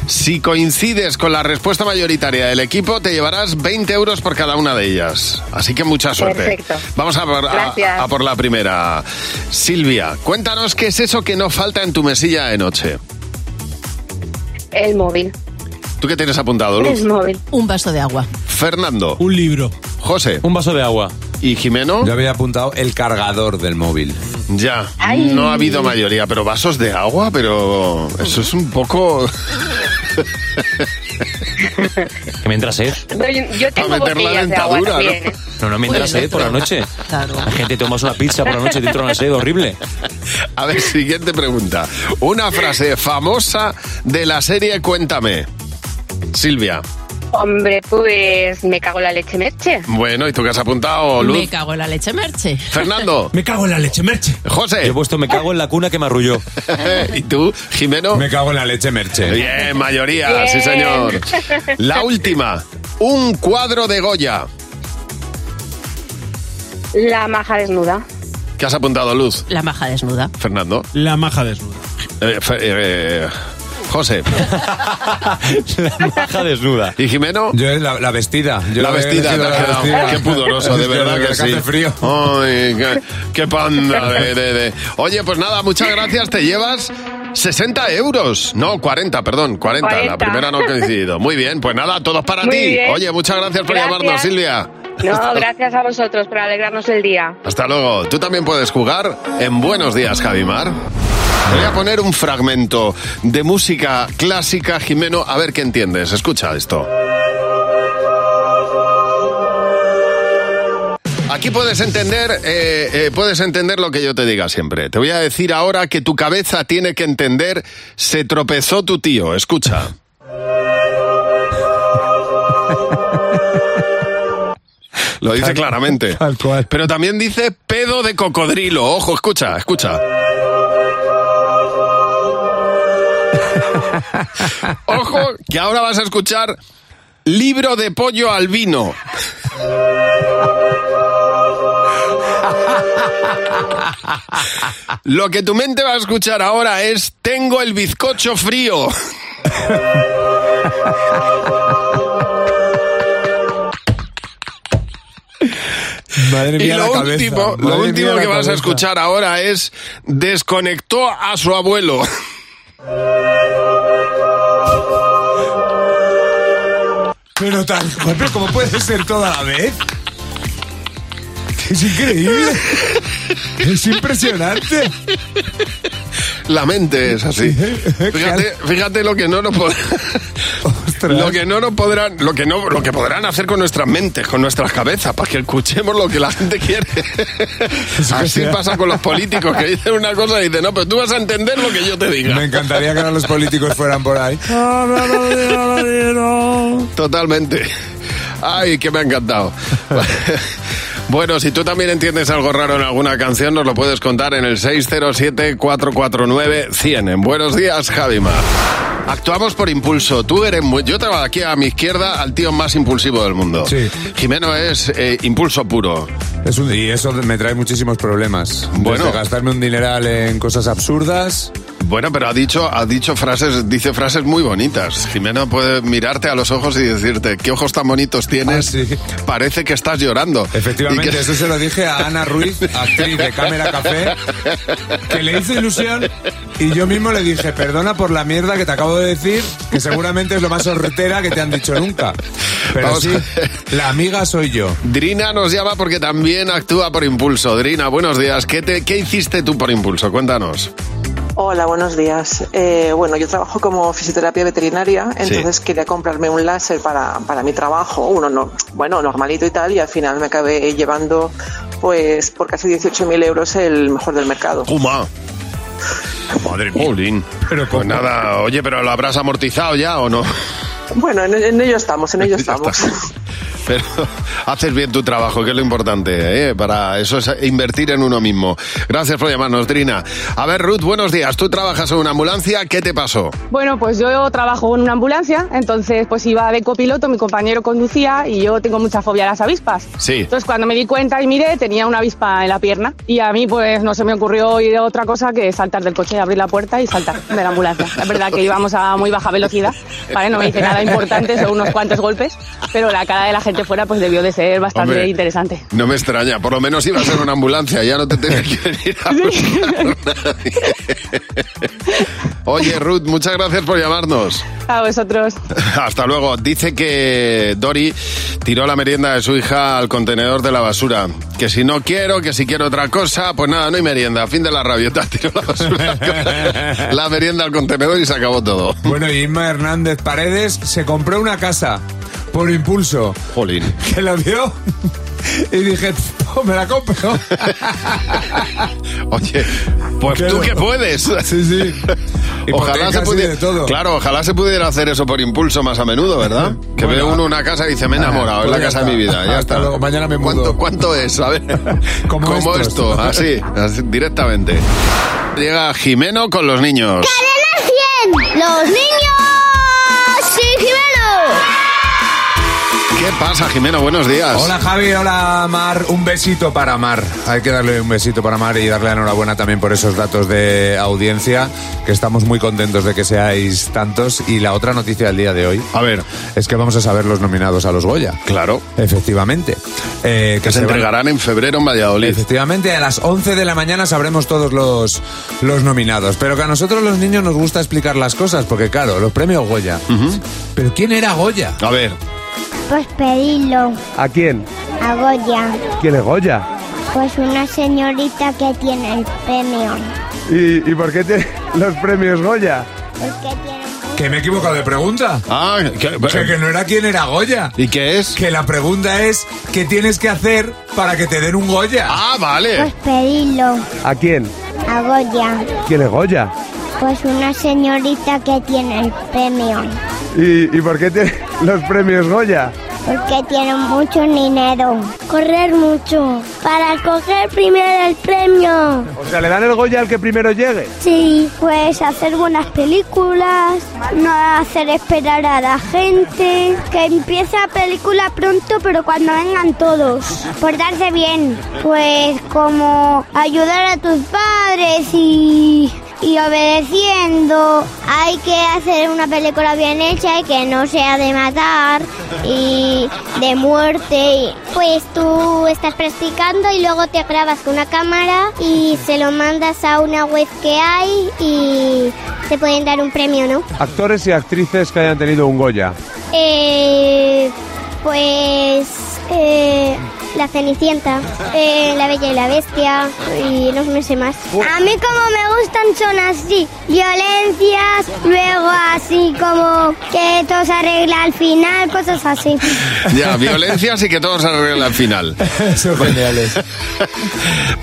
Si coincides con la respuesta mayoritaria del equipo, te llevarás 20 euros por cada una de ellas. Así que mucha suerte. Perfecto. Vamos a por, a- Gracias. a por la primera. Silvia, cuéntanos qué es eso que no falta en tu mesilla de noche. El móvil. ¿Tú qué tienes apuntado, Luz? móvil. Un vaso de agua. Fernando. Un libro. José. Un vaso de agua. ¿Y Jimeno? Yo había apuntado el cargador del móvil. Ya, Ay. no ha habido mayoría, pero vasos de agua, pero eso es un poco... Que me entra sed. No, yo, yo tengo A meter la botellas de agua dentadura, también. ¿eh? No, no me entra sed por la noche. La gente tomas una pizza por la noche y te entra una sed horrible. A ver, siguiente pregunta. Una frase famosa de la serie Cuéntame. Silvia. Hombre, pues me cago en la leche merche. Bueno, ¿y tú qué has apuntado, Me Luz? cago en la leche merche. Fernando. Me cago en la leche, merche. José. Yo he puesto me cago en la cuna que me arrulló. [LAUGHS] ¿Y tú, Jimeno? Me cago en la leche, Merche. Bien, mayoría, sí Bien. señor. La última. Un cuadro de Goya. La maja desnuda. ¿Qué has apuntado, Luz? La maja desnuda. Fernando. La maja desnuda. Eh, Fe- eh, José. la maja desnuda. ¿Y Jimeno? Yo eh, la, la vestida. Yo la había vestida, elegido te la has quedado. vestida. Qué pudoroso, [LAUGHS] de Es verdad que, sí. hace frío. Ay, qué, qué panda. [LAUGHS] de- de- de. Oye, pues nada, muchas gracias. Te llevas 60 euros. No, 40, perdón, 40. La 40. primera no ha coincidido. Muy bien, pues nada, todos para Muy ti. bien. Oye, muchas gracias por Gracias. llamarnos, Silvia. No, gracias a vosotros por alegrarnos el día. Hasta luego. Tú también puedes jugar en Buenos Días, Javimar. Te Voy a poner un fragmento de música clásica, Jimeno, a ver qué entiendes. Escucha esto. Aquí puedes entender, eh, eh, puedes entender lo que yo te diga siempre. Te voy a decir ahora que tu cabeza tiene que entender. Se tropezó tu tío. Escucha. Lo dice claramente. Pero también dice pedo de cocodrilo. Ojo, escucha, escucha. Ojo, que ahora vas a escuchar libro de pollo al vino. [LAUGHS] Lo que tu mente va a escuchar ahora es tengo el bizcocho frío. [LAUGHS] Madre Y mía, lo la cabeza. último, Madre lo mía, último la que vas a cabeza. escuchar ahora es desconectó a su abuelo. Pero tan joder, ¿cómo puede ser toda la vez? Es increíble. Es impresionante. [LAUGHS] eh, La mente es así. Fíjate, fíjate lo que no nos [LAUGHS] pod- lo que no nos podrán, lo que no, lo que podrán hacer con nuestras mentes, con nuestras cabezas, para que escuchemos lo que la gente [LAUGHS] quiere. Así sea. pasa con los políticos que dicen una cosa y dicen no, pero tú vas a entender lo que yo te diga. Me encantaría que ahora los políticos fueran por ahí. Totalmente. Ay, que me ha encantado. Bueno, si tú también entiendes algo raro en alguna canción, nos lo puedes contar en el 607-449-100. En Buenos días, Javima. Actuamos por impulso. Tú eres muy... Yo tengo aquí a mi izquierda al tío más impulsivo del mundo. Jimeno es eh, impulso puro. Es un- y eso me trae muchísimos problemas. Bueno. Desde gastarme un dineral en cosas absurdas. Bueno, pero ha dicho, ha dicho frases, dice frases muy bonitas. Jimeno puede mirarte a los ojos y decirte qué ojos tan bonitos tienes. Parece que estás llorando. Ah, Efectivamente, Y que- eso se lo dije a Ana Ruiz, actriz de Cámara Café, que le hizo ilusión y yo mismo le dije, perdona por la mierda que te acabo de decir, que seguramente es lo más hortera que te han dicho nunca. Pero Vamos sí, a la amiga soy yo. Drina nos llama porque también actúa por impulso. Drina, buenos días. ¿Qué, te, qué hiciste tú por impulso? Cuéntanos. Hola, buenos días. Eh, bueno, yo trabajo como fisioterapia veterinaria, entonces quería comprarme un láser para, para mi trabajo, uno no, bueno, normalito y tal, y al final me acabé llevando pues por casi 18.000 euros el mejor del mercado. ¡Puma! Madre mía. Pero pues nada, oye, pero lo habrás amortizado ya o no? Bueno, en, en ello estamos, [LAUGHS] en ello estamos. Pero [LAUGHS] haces bien tu trabajo, que es lo importante, ¿eh? Para eso es invertir en uno mismo. Gracias por llamarnos, Drina. A ver, Ruth, buenos días. Tú trabajas en una ambulancia. ¿Qué te pasó? Bueno, pues yo trabajo en una ambulancia, entonces pues iba de copiloto, mi compañero conducía y yo tengo mucha fobia a las avispas. Sí. Entonces cuando me di cuenta y miré, tenía una avispa en la pierna y a mí pues no se me ocurrió ir a otra cosa que saltar del coche, abrir la puerta y saltar de la ambulancia. La verdad que íbamos a muy baja velocidad, ¿vale? No me hice nada importante, son unos cuantos golpes, pero la cara de la gente fuera pues debió de ser bastante Hombre. interesante. No me extraña, por lo menos ibas en una ambulancia, ya no te tenías que venir a hablar con nadie. [LAUGHS] Oye, Ruth, muchas gracias por llamarnos. A vosotros. [LAUGHS] Hasta luego. Dice que Dori tiró la merienda de su hija al contenedor de la basura. Que si no quiero, que si quiero otra cosa, pues nada, no hay merienda. Fin de la [LAUGHS] rabieta. Tiró la basura. al con- La merienda al contenedor y se acabó todo. Bueno, y Inma Hernández Paredes se compró una casa por impulso. Jolín. [LAUGHS] Que la vio y dije, "Oh, me la compro. [LAUGHS] Oye, pues Qué tú bueno. que puedes. Sí, [LAUGHS] sí. Ojalá se Hipotecas y pudiera de todo. Claro, ojalá se pudiera hacer eso por impulso más a menudo, [LAUGHS] ¿verdad? Que Bueno. ve uno una casa y dice, me he enamorado, es la Pues ya casa de está. mi vida. Ya Hasta está. luego, mañana me ¿Cuánto, ¿Cuánto es? A ver. [LAUGHS] Como Como estos. esto, así, así, directamente. Llega Jimeno con los niños. ¡Los niños! ¡Sí, ¿Qué pasa, Jimeno? Buenos días. Hola Javi, hola Mar, un besito para Mar. Hay que darle un besito para Mar y darle la enhorabuena también por esos datos de audiencia, que estamos muy contentos de que seáis tantos. Y la otra noticia del día de hoy, a ver, es que vamos a saber los nominados a los Goya. Claro. Efectivamente. Eh, Que se van- entregarán en febrero en Valladolid. Efectivamente, a las 11 de la mañana sabremos todos los, los nominados. Pero que a nosotros los niños nos gusta explicar las cosas, porque claro, los premios Goya. Pero ¿quién era Goya? A ver. Pues pedirlo ¿A quién? a Goya. ¿Quién es Goya? Pues una señorita que tiene el premio. ¿Y, por qué tiene los premios Goya? Porque tiene... Que me he equivocado de pregunta. Ah, que, que, no era quién era Goya. ¿Y qué es? Que la pregunta es ¿qué tienes que hacer para que te den un Goya? Ah, Pues pedirlo ¿A quién? a Goya. ¿Quién es Goya? Pues una señorita que tiene el premio. ¿Y, por qué tiene [LAUGHS] los premios Goya? Porque tiene mucho dinero. Correr mucho. Para coger primero el premio. O sea, le dan el Goya al que primero llegue. Sí, pues hacer buenas películas, no hacer esperar a la gente, que empiece la película pronto pero cuando vengan todos. Portarse bien, pues como ayudar a tus padres y, y obedeciendo. Hay que hacer una película bien hecha y que no sea de matar y de muerte. Pues tú estás practicando y luego te grabas con una cámara y se lo mandas a una web que hay y te pueden dar un premio, ¿no? Actores y actrices que hayan tenido un Goya. Eh, Pues eh, la Cenicienta, eh, la Bella y la Bestia y no me sé más. A mí como me gustan son así, violencias, luego así como que todo se arregla al final, cosas así. Ya, violencias y que todo se arregla al final. Son geniales.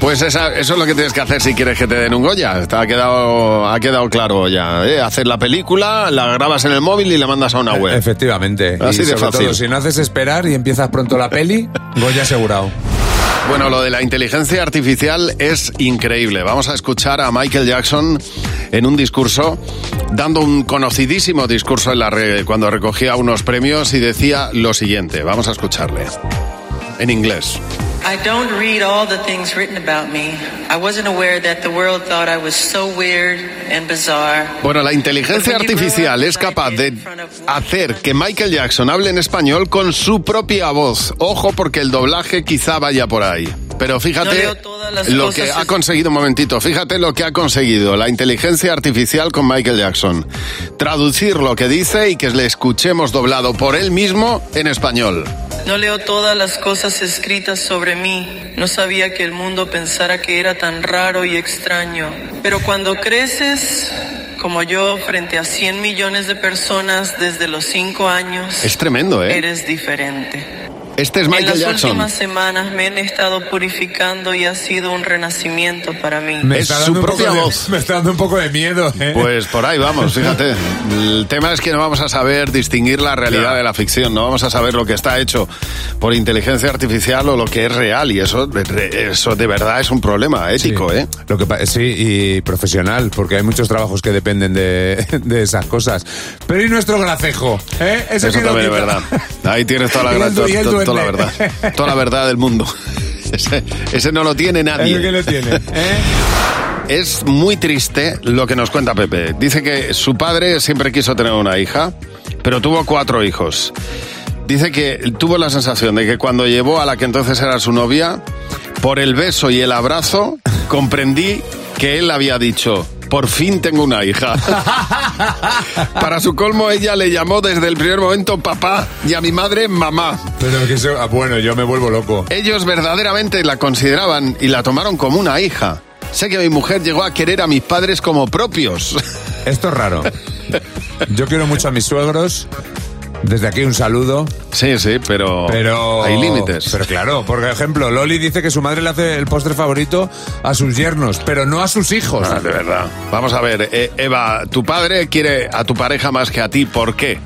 Pues esa- eso es lo que tienes que hacer si quieres que te den un Goya. Está, ha, quedado, ha quedado claro ya. ¿eh? Hacer la película, la grabas en el móvil y la mandas a una web. E, Efectivamente. [LAUGHS] Así y de sobre fácil. todo, si no haces esperar y empiezas pronto la peli, Goya asegurado. Bueno, lo de la inteligencia artificial es increíble. Vamos a escuchar a Michael Jackson en un discurso, dando un conocidísimo discurso en la red cuando recogía unos premios y decía lo siguiente. Vamos a escucharle en inglés. I don't read all the things written about me. I wasn't aware that the world thought I was so weird and bizarre. Bueno, la inteligencia artificial es capaz de hacer que Michael Jackson hable en español con su propia voz. Ojo porque el doblaje quizá vaya por ahí. Pero No fíjate leo todas las lo cosas que ha es- conseguido, un momentito, fíjate lo que ha conseguido la inteligencia artificial con Michael Jackson. Traducir lo que dice y que le escuchemos doblado por él mismo en español. No leo todas las cosas escritas sobre mí. No sabía que el mundo pensara que era tan raro y extraño. Pero cuando creces, como yo, frente a 100 millones de personas desde los 5 años, Es tremendo, ¿eh? eres diferente. Este es en Michael las Jackson. últimas semanas me he estado purificando y ha sido un renacimiento para mí. Me Es está su dando un poco propia de- voz. me está dando un poco de miedo. ¿eh? Pues por ahí [LAUGHS] vamos, fíjate. El tema es que no vamos a saber distinguir la realidad de la ficción, no vamos a saber lo que está hecho por inteligencia artificial o lo que es real, y eso, eso de verdad es un problema ético, ¿eh? Lo que pa- sí, y profesional, porque hay muchos trabajos que dependen de, [LAUGHS] de esas cosas. Pero ¿y nuestro gracejo? ¿Eh? Eso, quién lo también es quita? verdad. Ahí tienes toda la, [LAUGHS] Y el gran- du- y el to- to- toda la duende. verdad. Toda la verdad del mundo. [LAUGHS] Ese, ese no lo tiene nadie. Es el que lo [LAUGHS] tiene, ¿eh? Es muy triste lo que nos cuenta Pepe. Dice que su padre siempre quiso tener una hija, pero tuvo cuatro hijos. Dice que tuvo la sensación de que cuando llevó a la que entonces era su novia, por el beso y el [LAUGHS] abrazo, comprendí que él había dicho, por fin tengo una [LAUGHS] hija. Para su colmo, ella le llamó desde el primer momento papá y a mi madre mamá. [LAUGHS] Pero que eso- ah, bueno, yo me vuelvo loco. Ellos verdaderamente la consideraban y la tomaron como una hija. Sé que mi mujer llegó a querer a mis padres como propios. [LAUGHS] Esto es raro. Yo quiero mucho a mis suegros. Desde aquí un saludo. Sí, sí, pero, pero Oh, hay límites. Pero claro, por ejemplo, Loli dice que su madre le hace el postre favorito a sus yernos, pero no a sus hijos. Ah, de verdad. Vamos a ver, eh, Eva, tu padre quiere a tu pareja más que a ti. ¿Por qué?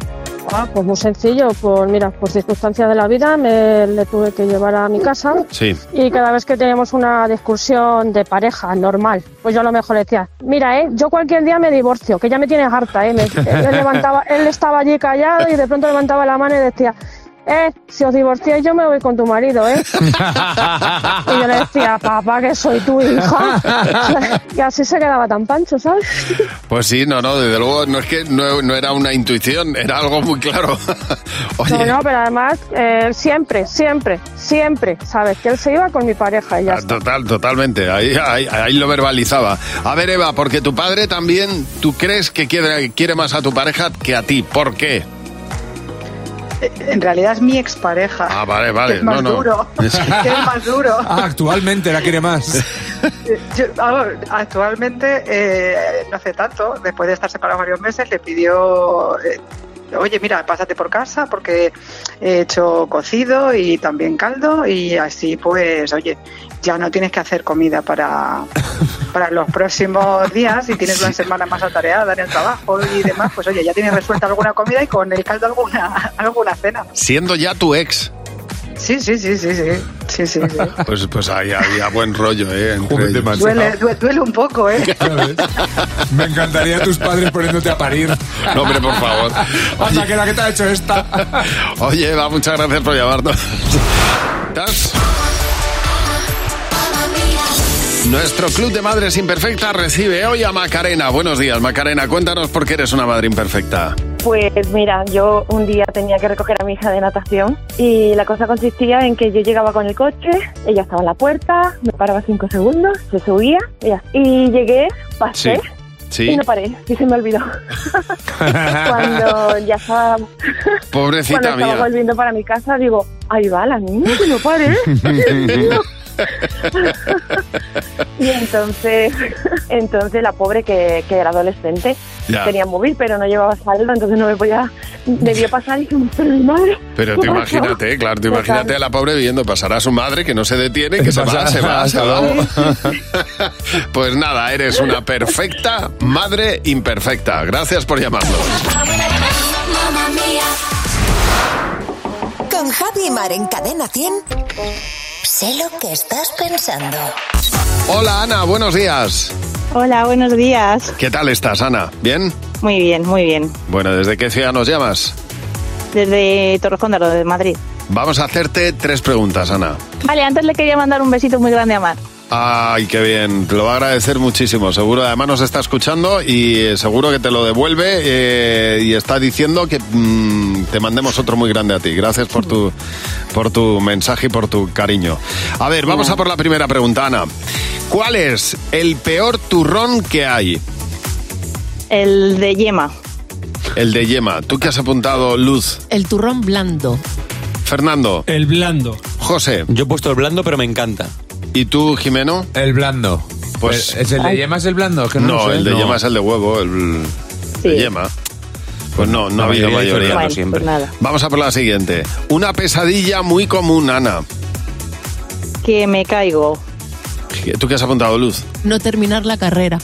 Ah, pues muy sencillo, pues mira, por circunstancias de la vida me le tuve que llevar a mi casa Sí. y cada vez que teníamos una discusión de pareja normal, pues yo a lo mejor le decía, mira, eh, yo cualquier día me divorcio, que ya me tienes harta, eh. Me- él, levantaba, él estaba allí callado y de pronto levantaba la mano y decía, eh, si os divorciáis yo me voy con tu marido, eh. Y yo le decía, papá, que soy tu hija. [LAUGHS] Y así se quedaba tan pancho, ¿sabes? Pues sí, no, no, desde luego no es que no, no era una intuición, [LAUGHS] era algo muy claro. [LAUGHS] Oye, No, no, pero además eh, siempre, siempre, siempre, ¿sabes? Que él se iba con mi pareja y ya está. Total, totalmente. Ahí, ahí, ahí lo verbalizaba. A ver, Eva, porque tu padre también, tú crees que quiere, quiere más a tu pareja que a ti. ¿Por qué? Eh, En realidad es mi expareja. Ah, vale, vale. Que es más no, no. duro. que es más duro. [LAUGHS] Ah, actualmente la quiere más. Yo, ah, actualmente, eh, no hace tanto, después de estar separado varios meses, le pidió, eh, oye, mira, pásate por casa porque he hecho cocido y también caldo y así pues, oye, ya no tienes que hacer comida para, para los próximos días y tienes una semana más atareada en el trabajo y demás, pues oye, ya tienes resuelta alguna comida y con el caldo alguna, [LAUGHS] alguna cena. Siendo ya tu ex. Sí, sí, sí, sí, sí, sí, sí. sí. Pues, pues ahí había buen rollo, ¿eh? entre ellos. Duele, due- duele un poco, ¿eh? Me encantaría tus padres poniéndote a parir. No, hombre, por favor. Hasta que la que te ha hecho esta. Oye, Eva, Ah, muchas gracias por llamarnos. ¿Estás? Nuestro club de madres imperfectas recibe hoy a Macarena. Buenos días, Macarena. Cuéntanos por qué eres una madre imperfecta. Pues mira, yo un día tenía que recoger a mi hija de natación y la cosa consistía en que yo llegaba con el coche, ella estaba en la puerta, me paraba cinco segundos, se subía ella- y llegué, pasé, Sí. Y no paré, y se me [LAUGHS] olvidó. Cuando ya estaba, cuando Pobrecita estaba mía. volviendo para mi casa, digo, ahí va la niña, que no [LAUGHS] paré. y entonces, entonces la pobre que, que era adolescente Ya. tenía móvil, pero no llevaba saldo, entonces no me podía, debió pasar y dije, pero mi madre. Pero tú ¿qué ha imagínate, claro, tú Total. imagínate a la pobre viviendo, pasará a su madre que no se detiene, que se va, Pasará- se va, se va. Sí. [LAUGHS] Pues nada, eres una perfecta madre imperfecta. Gracias por llamarnos. Mamma mía. Con Javi y Mar en Cadena 100. Sé lo que estás pensando. Hola Ana, buenos días. Hola, buenos días. ¿Qué tal estás, Ana? ¿Bien? Muy bien, muy bien. Bueno, ¿desde qué ciudad nos llamas? Desde Torrescóndaro, de Madrid. Vamos a hacerte tres preguntas, Ana. Vale, antes le quería mandar un besito muy grande a Mar. Ay, qué bien, te lo va a agradecer muchísimo. Seguro, además nos está escuchando y eh, seguro que te lo devuelve eh, y está diciendo que mm, te mandemos otro muy grande a ti. Gracias por tu, por tu mensaje y por tu cariño. A ver, vamos a por la primera pregunta, Ana. ¿Cuál es el peor turrón que hay? El de Yema. El de yema. ¿Tú qué has apuntado, Luz? El turrón blando. Fernando. El blando. José. Yo he puesto el blando, pero me encanta. ¿Y tú, Jimeno? El blando. Pues- ¿Es el de Ay. yema es el blando? Es que no, No, lo sé. el de No. yema es el de huevo, el Sí. de yema. Pues no, no La ha habido mayoría dice mayoría. blanco Bueno, siempre. pues nada. Vamos a por la siguiente. Una pesadilla muy común, Ana. Que me caigo. ¿Tú qué has apuntado, Luz? No terminar la carrera.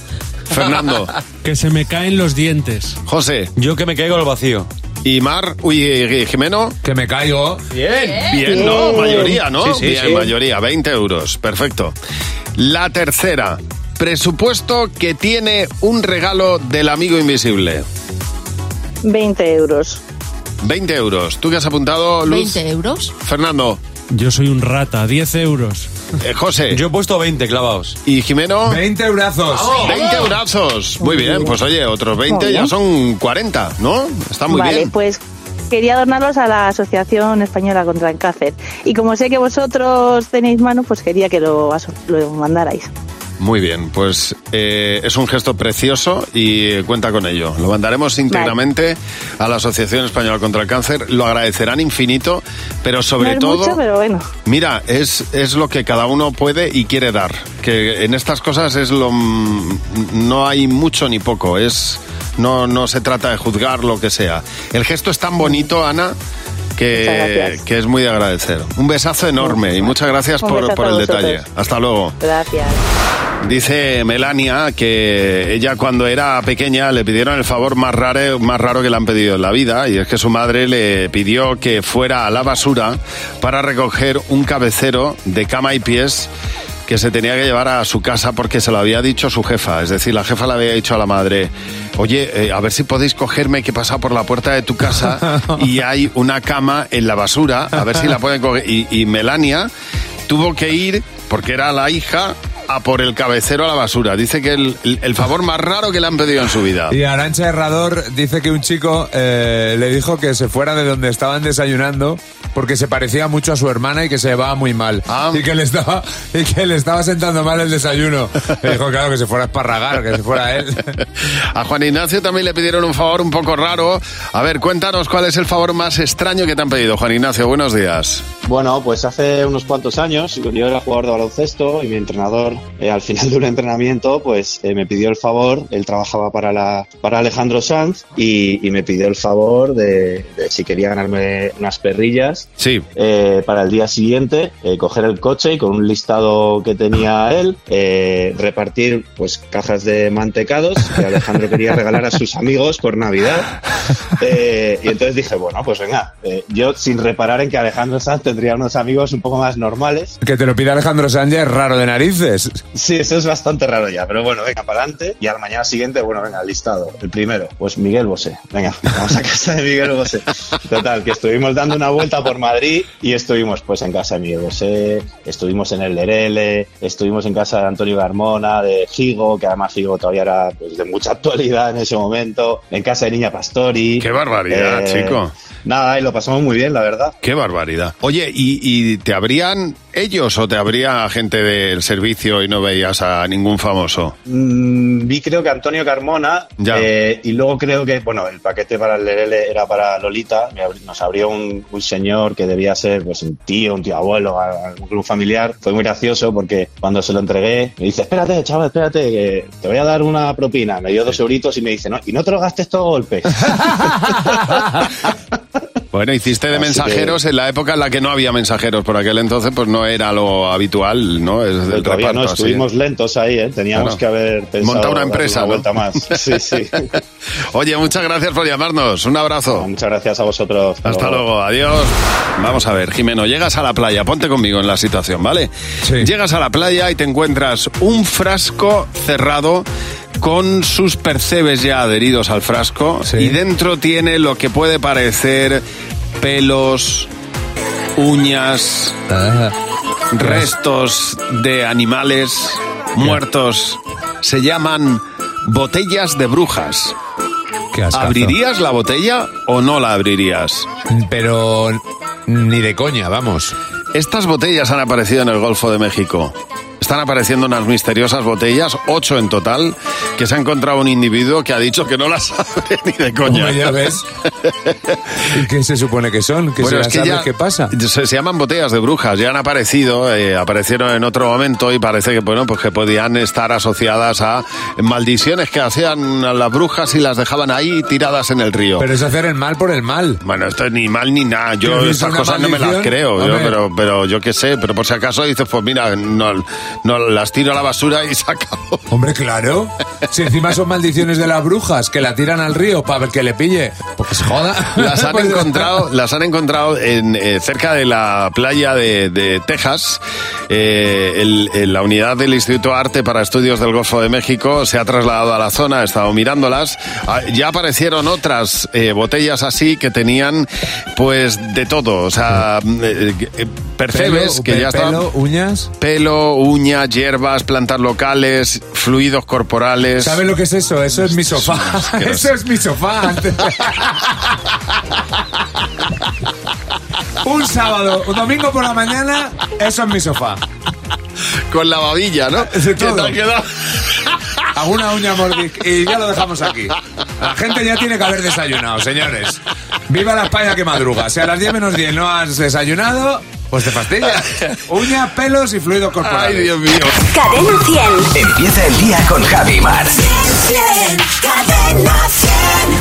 Fernando. [LAUGHS] que se me caen los dientes. José. Yo que me caigo al vacío. Y Mar, uy, eh, Jimeno. Que me caigo. Bien. Bien, ¿no? Bien. Mayoría, ¿no? Sí, sí, Bien, sí. mayoría. 20 euros. Perfecto. La tercera. Presupuesto que tiene un regalo del amigo invisible. 20 euros. 20 euros. ¿Tú qué has apuntado, Luz? 20 euros. Fernando. Yo soy un rata, 10 euros. Eh, José. Yo he puesto 20 clavados. ¿Y Jimeno? 20 eurazos. 20 eurazos. Muy bien, pues oye, otros 20 Muy ya bien. son 40, ¿no? Está muy vale, bien. pues quería donarlos a la Asociación Española contra el Cáncer. Y como sé que vosotros tenéis mano, pues quería que lo, aso- lo mandarais. Muy bien, pues eh, es un gesto precioso y eh, cuenta con ello. Lo mandaremos íntegramente a la Asociación Española contra el Cáncer. Lo agradecerán infinito, pero sobre no es todo... mucho, pero bueno. Mira, es, es lo que cada uno puede y quiere dar. Que en estas cosas es lo mm, no hay mucho ni poco. Es no, no se trata de juzgar lo que sea. El gesto es tan bonito, Ana, Muchas que, gracias. que es muy de agradecer. Un besazo enorme y muchas gracias Un por, besazo por a el vosotros. detalle. Hasta luego. Gracias. Dice Melania que ella cuando era pequeña le pidieron el favor más raro, más raro que le han pedido en la vida y es que su madre le pidió que fuera a la basura para recoger un cabecero de cama y pies que se tenía que llevar a su casa porque se lo había dicho su jefa. Es decir, la jefa le había dicho a la madre, oye, eh, a ver si podéis cogerme que he pasado por la puerta de tu casa y hay una cama en la basura, a ver si la pueden coger. Y- y Melania tuvo que ir, porque era la hija, a por el cabecero a la basura. Dice que el, el- el favor más raro que le han pedido en su vida. Y Arancha Herrador dice que un chico eh, le dijo que se fuera de donde estaban desayunando porque se parecía mucho a su hermana y que se llevaba muy mal. Ah. Y, que le estaba, y que le estaba sentando mal el desayuno. Le dijo, claro, que se fuera a esparragar, que se fuera él. [LAUGHS] A Juan Ignacio también le pidieron un favor un poco raro. A ver, cuéntanos cuál es el favor más extraño que te han pedido, Juan Ignacio. Buenos días. Bueno, pues hace unos cuantos años yo era jugador de baloncesto y mi entrenador eh, al final de un entrenamiento pues eh, me pidió el favor, él trabajaba para, la, para Alejandro Sanz y, y me pidió el favor de, de si quería ganarme unas perrillas eh, para el día siguiente, eh, coger el coche y con un listado que tenía él eh, repartir pues cajas de mantecados que Alejandro quería regalar a sus amigos por Navidad. Eh, y entonces dije, bueno, pues venga, eh, yo sin reparar en que Alejandro Sanz tendría unos amigos un poco más normales. Que te lo pida Alejandro Sánchez, raro de narices. Sí, eso es bastante raro ya, pero bueno, venga, para adelante. Y a la mañana siguiente, bueno, venga, listado. El primero, pues Miguel Bosé. Venga, vamos a casa de Miguel Bosé. Total, que estuvimos dando una vuelta por Madrid y estuvimos pues en casa de Miguel Bosé, estuvimos en el Lerele, estuvimos en casa de Antonio Garmona, de Figo, que además Figo todavía era pues, de mucha actualidad en ese momento, en casa de Niña Pastori. Eh, Qué barbaridad, chico. Nada, y lo pasamos muy bien, la verdad. Qué barbaridad. Oye, ¿y, y te habrían ellos o te habría gente del servicio y no veías a ningún famoso? Mm, vi creo que Antonio Carmona eh, y luego creo que bueno el paquete para el Lerele era para Lolita Me abri- nos abrió un, un señor que debía ser pues un tío un tío abuelo a- algún club familiar fue muy gracioso porque cuando se lo entregué me dice espérate chaval espérate que te voy a dar una propina me dio dos euritos y me dice no y no te lo gastes todo [LAUGHS] golpe Bueno, hiciste de Así mensajeros en la época en la que no había mensajeros. Por aquel entonces, pues no era lo habitual, ¿no? Es del todavía no reparto, así. ¿eh? estuvimos lentos ahí ¿eh? teníamos Claro. que haber pensado Montar una darle empresa, ¿no? vuelta más sí [LAUGHS] sí Oye, muchas gracias por llamarnos. Un abrazo. Muchas gracias a vosotros. Hasta, luego. adiós. Vamos a ver, Jimeno, llegas a la playa, ponte conmigo en la situación, ¿vale? Llegas a la playa y te encuentras un frasco cerrado con sus percebes ya adheridos al frasco y dentro tiene lo que puede parecer pelos, uñas, restos de animales muertos. Se llaman botellas de brujas. Qué ascazo. ¿Abrirías la botella o no la abrirías? Pero ni de coña, vamos. Estas botellas han aparecido en el Golfo de México. Están apareciendo unas misteriosas botellas, ocho en total, que se ha encontrado un individuo que ha dicho que no las [LAUGHS] abre ni de coña. Hombre, [LAUGHS] ya ves. ¿Y qué se supone que son? ¿Que Bueno, es se las que abre? ya- ¿Qué pasa? Se, se llaman botellas de brujas, ya han aparecido, eh, aparecieron en otro momento y parece que bueno, pues que podían estar asociadas a maldiciones que hacían a las brujas y las dejaban ahí tiradas en el río. Pero es hacer el mal por el mal. Bueno, esto es ni mal ni nada. Yo Pero si es esas una cosas no me las maldición, creo, yo, hombre. pero, pero yo qué sé, pero por si acaso dices, pues mira, no, no las tiro a la basura y se acabó. Hombre, claro. Si encima son maldiciones de las brujas que la tiran al río para que le pille, pues joda. Las han [LAUGHS] Pues- encontrado, las han encontrado en, eh, cerca de la playa de, de Texas. Eh, el- el- la unidad del Instituto Arte para Estudios del Golfo de México se ha trasladado a la zona, ha estado mirándolas. Ah, Ya aparecieron otras eh, botellas así que tenían, pues, de todo. O sea, eh, eh, percebes Pelo, que pe- ya estaban... pelo, uñas. Pelo, uña, hierbas, plantas locales, fluidos corporales. ¿Sabes lo que es eso? Eso es mi sofá. asqueroso. [LAUGHS] Eso es [LAUGHS] mi sofá. Un sábado, un domingo por la mañana, eso es mi sofá. Con la babilla, ¿no? De todo. Que te ha quedado- Alguna uña mordic y ya lo dejamos aquí. La gente ya tiene que haber desayunado, señores. Viva la España que madruga. Si a las 10 menos 10 no has desayunado, pues te fastidias. Uñas, pelos y fluidos corporales. Ay, Dios mío. Cadena 100. Empieza el día con Javi Mar. Cadena 100.